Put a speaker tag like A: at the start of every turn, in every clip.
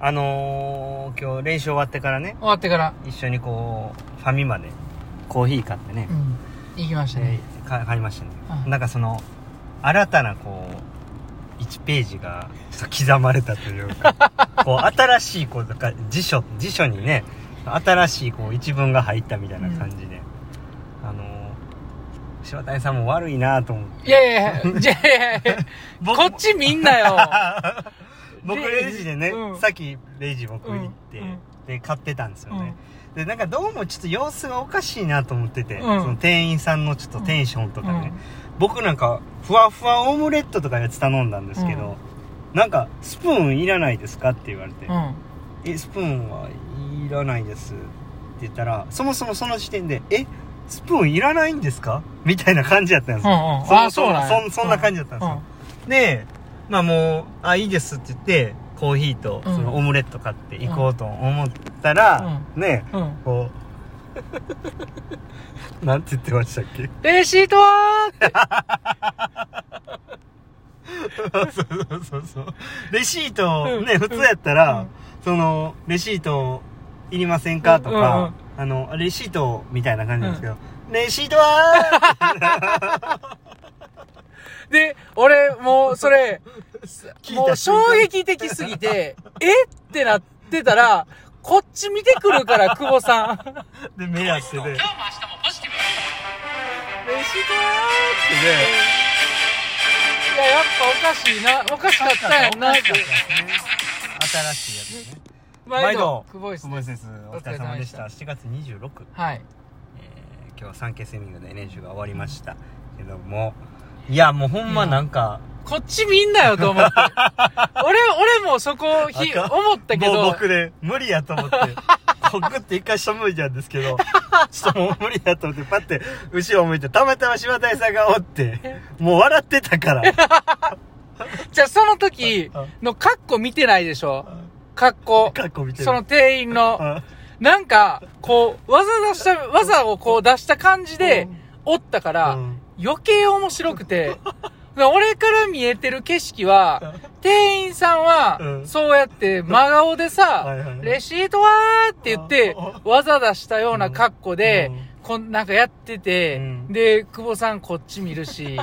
A: あのー、今日練習終わってからね、
B: 終わってから、
A: 一緒にこう、ファミマでコーヒー買ってね
B: う、ん、行きました
A: え
B: ね。
A: ーか買いましたね。
B: うん
A: なんかその、新たなこう、1ページがちょっと刻まれたというか、 こう、新しいこう、なんか辞書、辞書にね、新しいこう、一文が入ったみたいな感じで、あのー、柴谷さんも悪いなと思って。
B: いやいや いや、いやいやいや
A: 僕
B: こっちみん なよ。
A: 僕レジでね、
B: うん
A: さっきレジ僕行って、
B: うん
A: で買ってたんですよね、でなんかどうもちょっと様子がおかしいなと思ってて、
B: ん
A: その店員さんのちょっとテンションとかね、
B: うん
A: 僕なんかふわふわオムレットとかやつ頼んだんですけど、なんかスプーンいらないですかって言われて、
B: うん。
A: えスプーンはいらないですって言ったらそもそもその時点でえスプーンいらないんですかみたいな感じやったんです
B: うんう
A: よ、
B: ん。
A: そ
B: あ、そうなんや
A: そんそんな感じだったんですよで、まあもう、あ、いいですって言って、コーヒーと
B: うん
A: そのオムレット買って行こうと思ったら、ね、
B: うん。うん。
A: こう、なんて言ってましたっけ
B: レシートは
A: そうそうそうそう。レシートを、
B: うん
A: ね、普通やった
B: う
A: ら
B: ん、
A: その、レシートいりませんかと
B: うんうん
A: か、あの、レシートみたいな感じなんですけど、レシートは
B: で、俺、もう、それ、
A: 聞いた瞬間
B: もう衝撃的すぎて、 えってなってたら、こっち見てくるから、久保 さん。レシート
A: で、目合ってて、ってね、
B: いや、やっぱおかしいな。おかしかったやんな。
A: 新しいやつですね。
B: 毎度、久保井です
A: 久保井ですお疲れ様でした
B: お疲れ様
A: 7月26日、
B: はい。
A: えー今日は産経セミングで練習が終わりましたけどもいやもうほんまなんか、
B: こっち見んなよ と思って。俺、俺もそこ、ひ、
A: あかん
B: 思ったけ
A: もう
B: ど、
A: 僕で無理やと思って こうグッて一回下向いたんですけ どちょっともう無理やと思ってパッて後ろ向いてたまたま柴谷さんがおってもう笑ってたから
B: じゃあその時
A: あ
B: のカッコ見てないでしょカッコ。
A: 過去見てる
B: その店員の、
A: あ
B: なんか、こう、技出した、技をこう出した感じで、おったから、
A: うん
B: 余計面白くて、俺から見えてる景色は、店員さん
A: う
B: は、
A: ん
B: そうやって真顔で
A: はいは
B: さ
A: い、
B: レシートはーって言って
A: あ、
B: 技出したような格好で
A: うん、
B: こんなんかやってて
A: うん、
B: で、久保さんこっち見る し、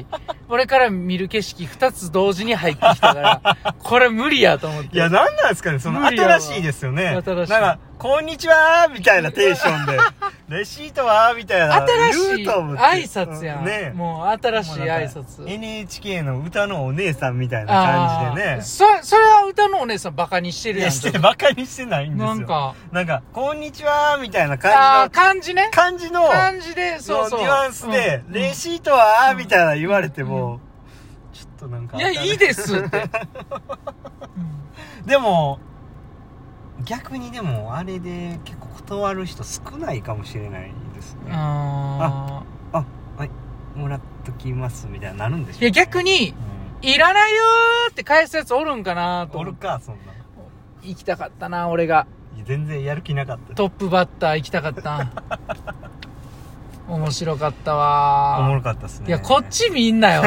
B: 俺から見る景色二つ同時に入ってきたから、これ無理やと思って。
A: いや、なんなんですかね、その、
B: 無理やわ
A: 新しいですよね。
B: 新しい
A: なんか、こんにちはーみたいなテンション で、レシートはーみたいな。
B: 新しい
A: 言うと思
B: 挨
A: って
B: 拶やん。
A: ね
B: もう新しい挨
A: もうなん
B: 拶
A: か。NHK の歌のお姉さんみたいな
B: あ
A: 感じで
B: ー
A: ね。
B: そ、それは歌のお姉さんバカにして
A: い
B: るや
A: や、
B: ん。
A: して、バカにしてないんですよ。
B: なん。か、
A: なんか、こんにちはーみたいな
B: あ
A: 感
B: あー、漢字ね
A: じの、。感じの、
B: 漢字で、そうそう。
A: のニュアンスで、
B: うん
A: レシートはーみたいな言われて
B: う
A: も、ちょっとなん
B: う
A: か。
B: んいや、いいですって。 うん
A: でも逆にでもあれで結構断る人少ないかもしれないですねあ
B: あ
A: はいもらっときますみたいになるんでしょ
B: ーいや、逆に、いらないよーって返すやつおるんかなー
A: うん、
B: と
A: お
B: 思
A: る
B: って。
A: かそんな
B: 行きたかったな、俺が。
A: いや全然やる気なかった
B: トップバッター行きたかった。面白かった
A: おも
B: わ
A: ろかったっす
B: ー。
A: ね
B: いや、こっち見ん なよ。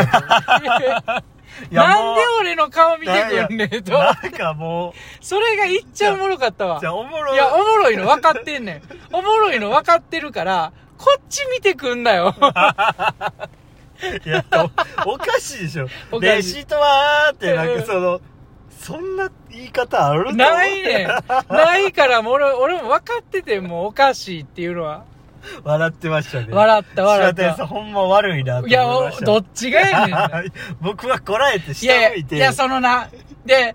A: いや
B: なんで
A: も
B: 俺の顔見てくんねえ
A: う
B: と。
A: なんかも
B: それがいっちゃおもろかったわ
A: うじ。ゃあおもろ
B: いや、おもろいの分かってんねん。おもろいの分かってるから、こっち見てくんなよ。
A: いやおおかしいでしょ
B: おかしい
A: レシートはーってなん
B: う
A: か
B: ん
A: そのそんな言い方ある
B: ないねん。ないから、もう俺、俺も分かってて、もうおかしいっていうのは。
A: 笑ってましたね
B: 笑った、笑っ
A: 柴田さん
B: た。
A: ほんま悪いなと思
B: い
A: い
B: や、
A: ま
B: お
A: した
B: どっちがやねんな。
A: 僕はこらえて
B: い
A: 下
B: や
A: 向
B: い
A: い
B: や、
A: て。
B: いや、そのな、で、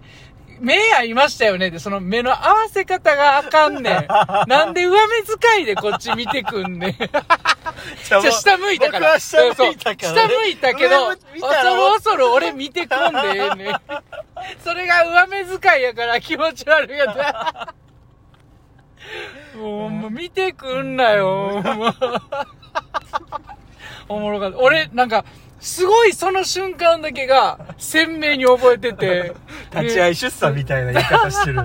B: 目合いましたよねって、その目の合わせ方があかんねん。なんで上目遣いでこっち見てくんねん。
A: じゃあ
B: じゃあ下向いたから。
A: 僕は下向いたから、ね。
B: そう下向いたけど、
A: 上向いた
B: 恐る
A: ら
B: 恐る俺見てこんでええねん。 それが上目遣いやから気持ち悪いやった。 もう、もう見てくんなよ。もうおもろかった。俺、なんか、すごいその瞬間だけが鮮明に覚えてて。
A: 立ち会い出産みたいな言い方してる。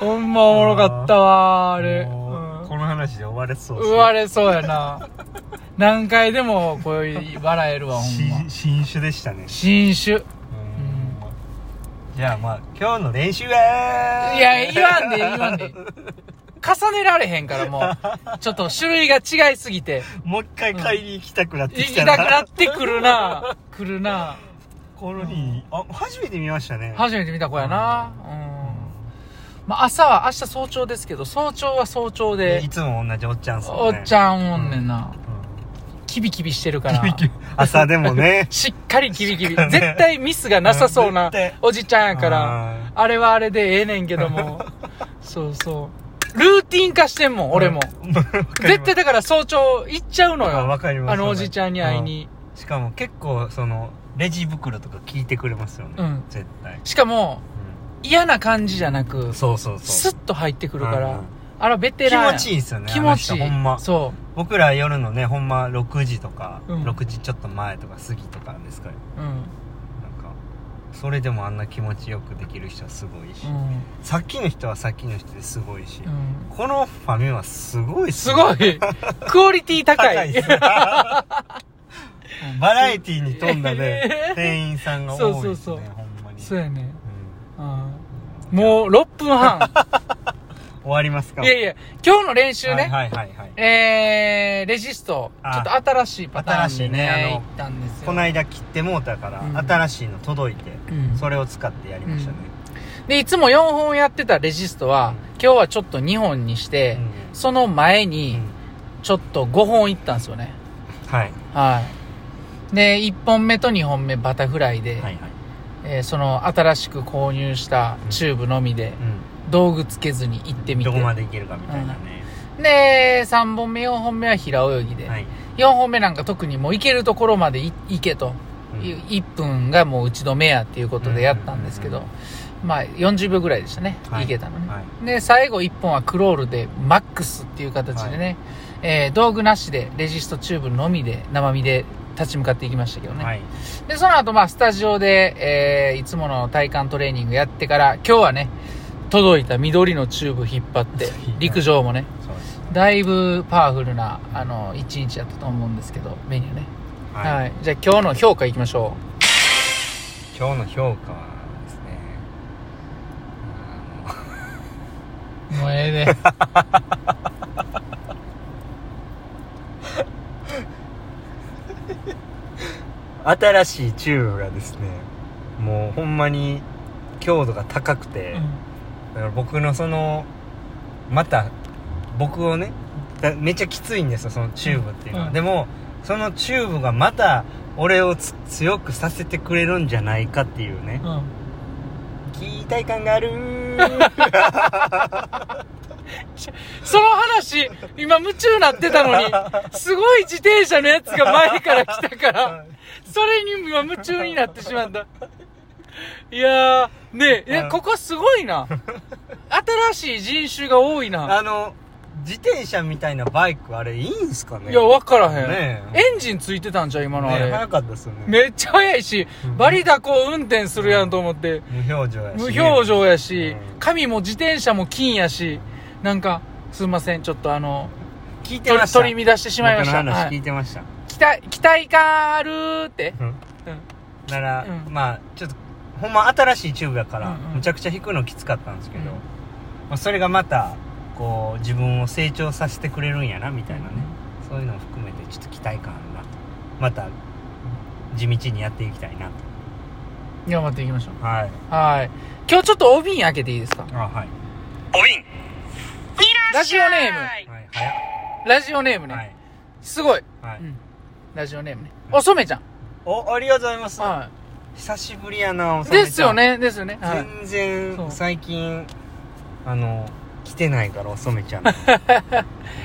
B: ほんまおもろかったわ、あれ。
A: もう
B: うん
A: この話で終われそうです
B: 生まれそうやな。何回でも、こういう、笑えるわ、ほん
A: し。
B: ま
A: 新種でしたね。
B: 新種。
A: うんじゃあまあ、今日の練習は、
B: いや、言わんで、言わんで。重ねられへんからもう、ちょっと種類が違いすぎて、
A: もう一回買いに行きたくなって
B: 行
A: き
B: き
A: た
B: た
A: な。
B: くなってくるな。くるな。
A: この日、あ、初めて見ましたね。
B: 初めて見た子やな。うん。まあ、朝は、明日早朝ですけど、早朝は早朝
A: で
B: で
A: い、つも同じおっちゃんっす
B: お
A: もんね。
B: っち
A: ゃん。
B: ゃんおんねんな。キビキビしてる から。。
A: 朝でもね
B: しっかりキビキビ。
A: しっかりね
B: 絶対ミスがなさそう
A: う
B: なん
A: 絶対
B: おじちゃんやから。
A: ら。
B: あれはあれでええねんけ ども。そうそう。ルーティン化してんもん、俺も。絶対だから早朝行っちゃうの
A: あわ
B: よ。
A: かります。
B: あのおじちゃんに会いに。
A: うん。しかも結構、その、レジ袋とか聞いてくれますよね。
B: うん
A: 絶対。
B: しかも、嫌な感じじゃな
A: う
B: く
A: ん、そうそう
B: ス
A: そう。
B: ッと入ってくるか
A: う
B: ら
A: ん。
B: あら、ベテ
A: 気
B: ランや。
A: 持ちいいですよね。
B: 気持ち
A: あ
B: い
A: の
B: い。
A: 人ほんま。
B: そ
A: 僕ら夜のね、ほんま6時とか、
B: うん
A: 6時ちょっと前とか過ぎとかですから、
B: う。うん。
A: なんか、それでもあんな気持ちよくできる人はすごいし、
B: うん。
A: さっきの人はさっきの人ですごいし、
B: うん。
A: このファミはすごいっすね
B: す ごいクオリティ高
A: 高い
B: い
A: っ。すね バラエティに富んだ ね、店員さんが多いですね、
B: そうそうそう
A: ほんまに。
B: そうやね。
A: う
B: うんもう6分
A: ん
B: 半。
A: 終わりますか
B: いやいや、今日の練習
A: は
B: ね、
A: いはいはいはい。
B: えー、レジスト、
A: あ
B: ちょっと新しいパターン
A: 新し
B: でね、
A: いねあの
B: 行ったんですよ。
A: この間切ってもうたから、
B: うん
A: 新しいの届いて、
B: うん
A: それを使ってやりましたね。
B: で、いつも4本やってたレジストは、
A: うん
B: 今日はちょっと2本にして、
A: うん
B: その前
A: う
B: に
A: ん、
B: ちょっと5本行ったんですよね。
A: はい。
B: はい。で、1本目と2本目バタフライで、
A: はいはい。
B: えーその新しく購入したチューブのみで、道具つけずに行ってみて
A: どこ、までいけるかみたいなね。
B: で、3本目、4本目は平泳ぎで、
A: はい。
B: 4本目なんか特にもう行けるところまでい行けと、
A: うん
B: い1分がもううちの目やっていうことでやったんですけど、
A: うんうん
B: まあ40秒ぐらいでしたね、
A: はい
B: 行けたのね、
A: は
B: で最後1本はクロールでマックスっていう形でね、えー道具なしでレジストチューブのみで生身で立ち向かっていきましたけどね、
A: はい。
B: でその後まあスタジオで、えーいつもの体幹トレーニングやってから今日はね届いた緑のチューブ引っ張 って陸上もね
A: そうですね。
B: だいぶパワフルなあの一日やったと思うんですけどメニューねはい、
A: はい。
B: じゃあ今日の評価いきましょ
A: 今日の評価はですね、あの
B: うもうええで
A: 新しいチューブがですね、もうほんまに強度が高くて、だから僕のその、また、僕をね、だめっちゃきついんですよ、そのチューブっていうのは。
B: うん
A: でも、そのチューブがまた、俺をつ強くさせてくれるんじゃないかっていうね。
B: うん、うん、
A: 期待感がある
B: その話今夢中になってたのにすごい自転車のやつが前から来たからそれに今夢中になってしまったいやーねえ、
A: うん
B: えここすごいな新しい人種が多いな
A: あの、自転車みたいなバイク、あれいいんすかね
B: いや分からへん、
A: ねえ
B: エンジンついてたんじゃん今のあ
A: ね
B: れ、
A: 早かったっすよね。
B: めっちゃ速いし
A: うん
B: バリダコ運転するやんと思って
A: 無表情やし。
B: 無表情やし
A: うん
B: 髪も自転車も金やしなんかすいませんちょっとあの
A: 聞いて
B: 取
A: ま
B: り
A: した。
B: 取り乱してしまいました
A: 僕の話
B: は
A: 聞
B: い
A: いてました。
B: 期待期待があるーって
A: うん
B: うん
A: なら、
B: うん
A: まあ、ちょっと、ほんま新しいチューブやから、
B: うんうん
A: むちゃくちゃ引くのきつかったんですけど、
B: うん
A: まあ、それがまた、こう、自分を成長させてくれるんやな、みたいなね。そういうのを含めて、ちょっと期待感あるなと。また、地道にやっていきたいなと。
B: 頑張っていきましょう
A: はい。
B: はい今日ちょっとお瓶開けていいですか
A: あ、はい。おびん
B: ラジオネーム
A: はい、早っ。
B: ラジオネームね、
A: はい。
B: すごい、
A: はい。
B: うん、ラジオネームねお染ちゃん、
A: お、ありがとうございます。
B: は
A: 久しぶりやな、お
B: い、
A: さめちゃん
B: ですよ。ねですよね、はい、
A: 全
B: そ
A: 然、
B: う
A: 最近、あの、来てないから、おそめちゃん。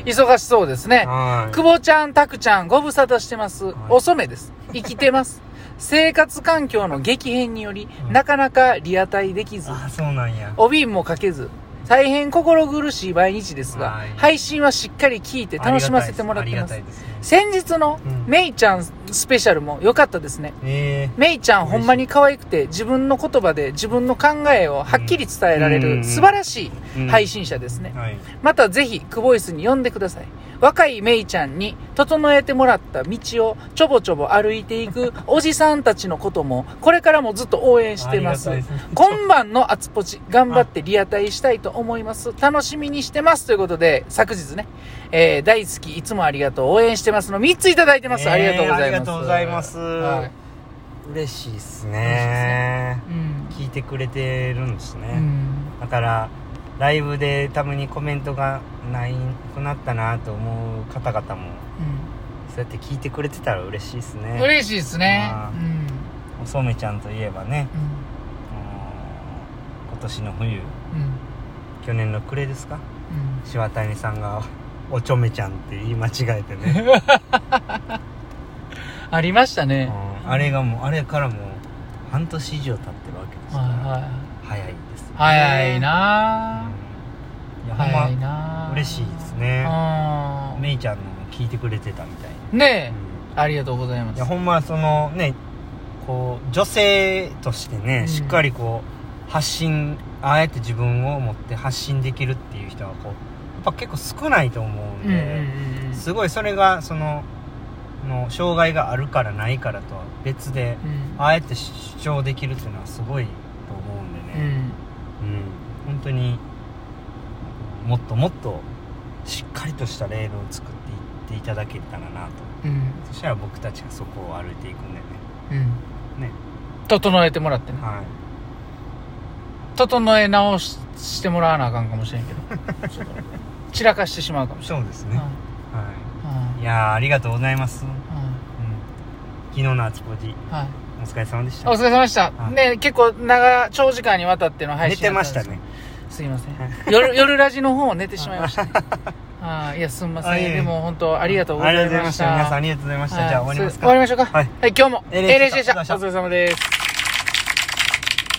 B: 忙しそうですね
A: はい。
B: 久保ちゃん、たくちゃん、ご無沙汰してます。お染です。生きてます。生活環境の激変により、
A: うん
B: なかなかリアタイできず、
A: あ、そうなんや。
B: お瓶もかけず、大変心苦しい毎日ですが
A: はい、
B: 配信はしっかり聞いて楽しませてもらってます
A: あり。がたいですありがたいですね
B: 先日の
A: うん
B: めいちゃんスペシャルも良かったですね。
A: え
B: めいちゃんほんまに可愛くて自分の言葉で自分の考えをはっきり伝えられ
A: うんう
B: る
A: ん
B: 素晴らし
A: うん
B: い配信者ですね
A: え。はい。
B: またぜひ、クボイスに呼んでください。若いメイちゃんに整えてもらった道をちょぼちょぼ歩いていくおじさんたちのことも、これからもずっと応援してます
A: ありがたいです。
B: 今晩のあつぽち、頑張ってリアタイしたいと思います。楽しみにしてます。ということで、昨日ね、えー大好き、いつもありがとう、応援してますの3ついただいてます。
A: ねえ
B: ありがとうございます。
A: ありがとうございます
B: はい
A: 嬉しいっすね
B: うん
A: 聞いてくれてるんですね、
B: うん
A: だからライブでたまにコメントがないくなったなと思う方々もそうやって聞いてくれてたら嬉しいです
B: うん
A: ね
B: 嬉しいですね。
A: あ
B: う
A: ー
B: ん
A: おそめちゃんといえばね
B: う
A: あの今年の冬
B: んうん
A: 去年の暮れですか
B: うん
A: 柴谷さんが「おちょめちゃん」って言い間違えてね、
B: ありました
A: う
B: ね。
A: んあれがもうあれからもう半年以上経ってるわけですか
B: はいは
A: ら
B: い
A: 早いですね
B: 早い
A: うん
B: なぁ
A: いや
B: 早
A: ほ
B: い
A: んま
B: なぁ
A: 嬉しいですね
B: うん
A: めいちゃんのも聞いてくれてたみたい
B: ね
A: な、
B: え、ありがとうございま
A: い
B: す。
A: やほんまそのねこう女性としてね、
B: うん
A: しっかりこう発信あえて自分を持って発信できるっていう人はこうやっぱ結構少ないと思うん
B: うんうん
A: で、すごいそれがそのの障害があるからないからとは別で
B: うんうん。
A: あえて主張できるっていうのはすごいと思うんで
B: う
A: ね、う
B: ん。
A: ん本当にもっともっとしっかりとしたレールを作っていっていただけたらなと
B: うん。
A: そしたら僕たちがそこを歩いていくんでね
B: うん。
A: ね
B: 整えてもらってね。
A: はい
B: 整え直ししてもらわなあかんかもしれんけ ど。ちょっと散らかしてしまうかもし
A: そうです
B: れん。
A: ね、は
B: はい
A: い、いやーありがとうございます、うん、
B: は
A: 昨日のあつぽじ
B: いはい。
A: お疲れ様でした
B: お疲れ様でした。
A: はい
B: ね、結構長、長時間にわたっての配
A: 寝
B: 信。
A: てました。ね
B: すいません。夜、夜ラジの方を寝てしまいました、ね。あーいや、すみま
A: あ
B: せ
A: いえい
B: ん。
A: え
B: でも本当、ありがとうござ
A: あり
B: い
A: がとうござい
B: ま
A: ま
B: し。
A: したた皆さんありがとうございました、じゃあ終わります
B: はい
A: か
B: それ終わりましょうか。
A: は
B: はいい、今日も
A: LH
B: LH
A: で
B: で
A: し
B: したた。お疲れ様です。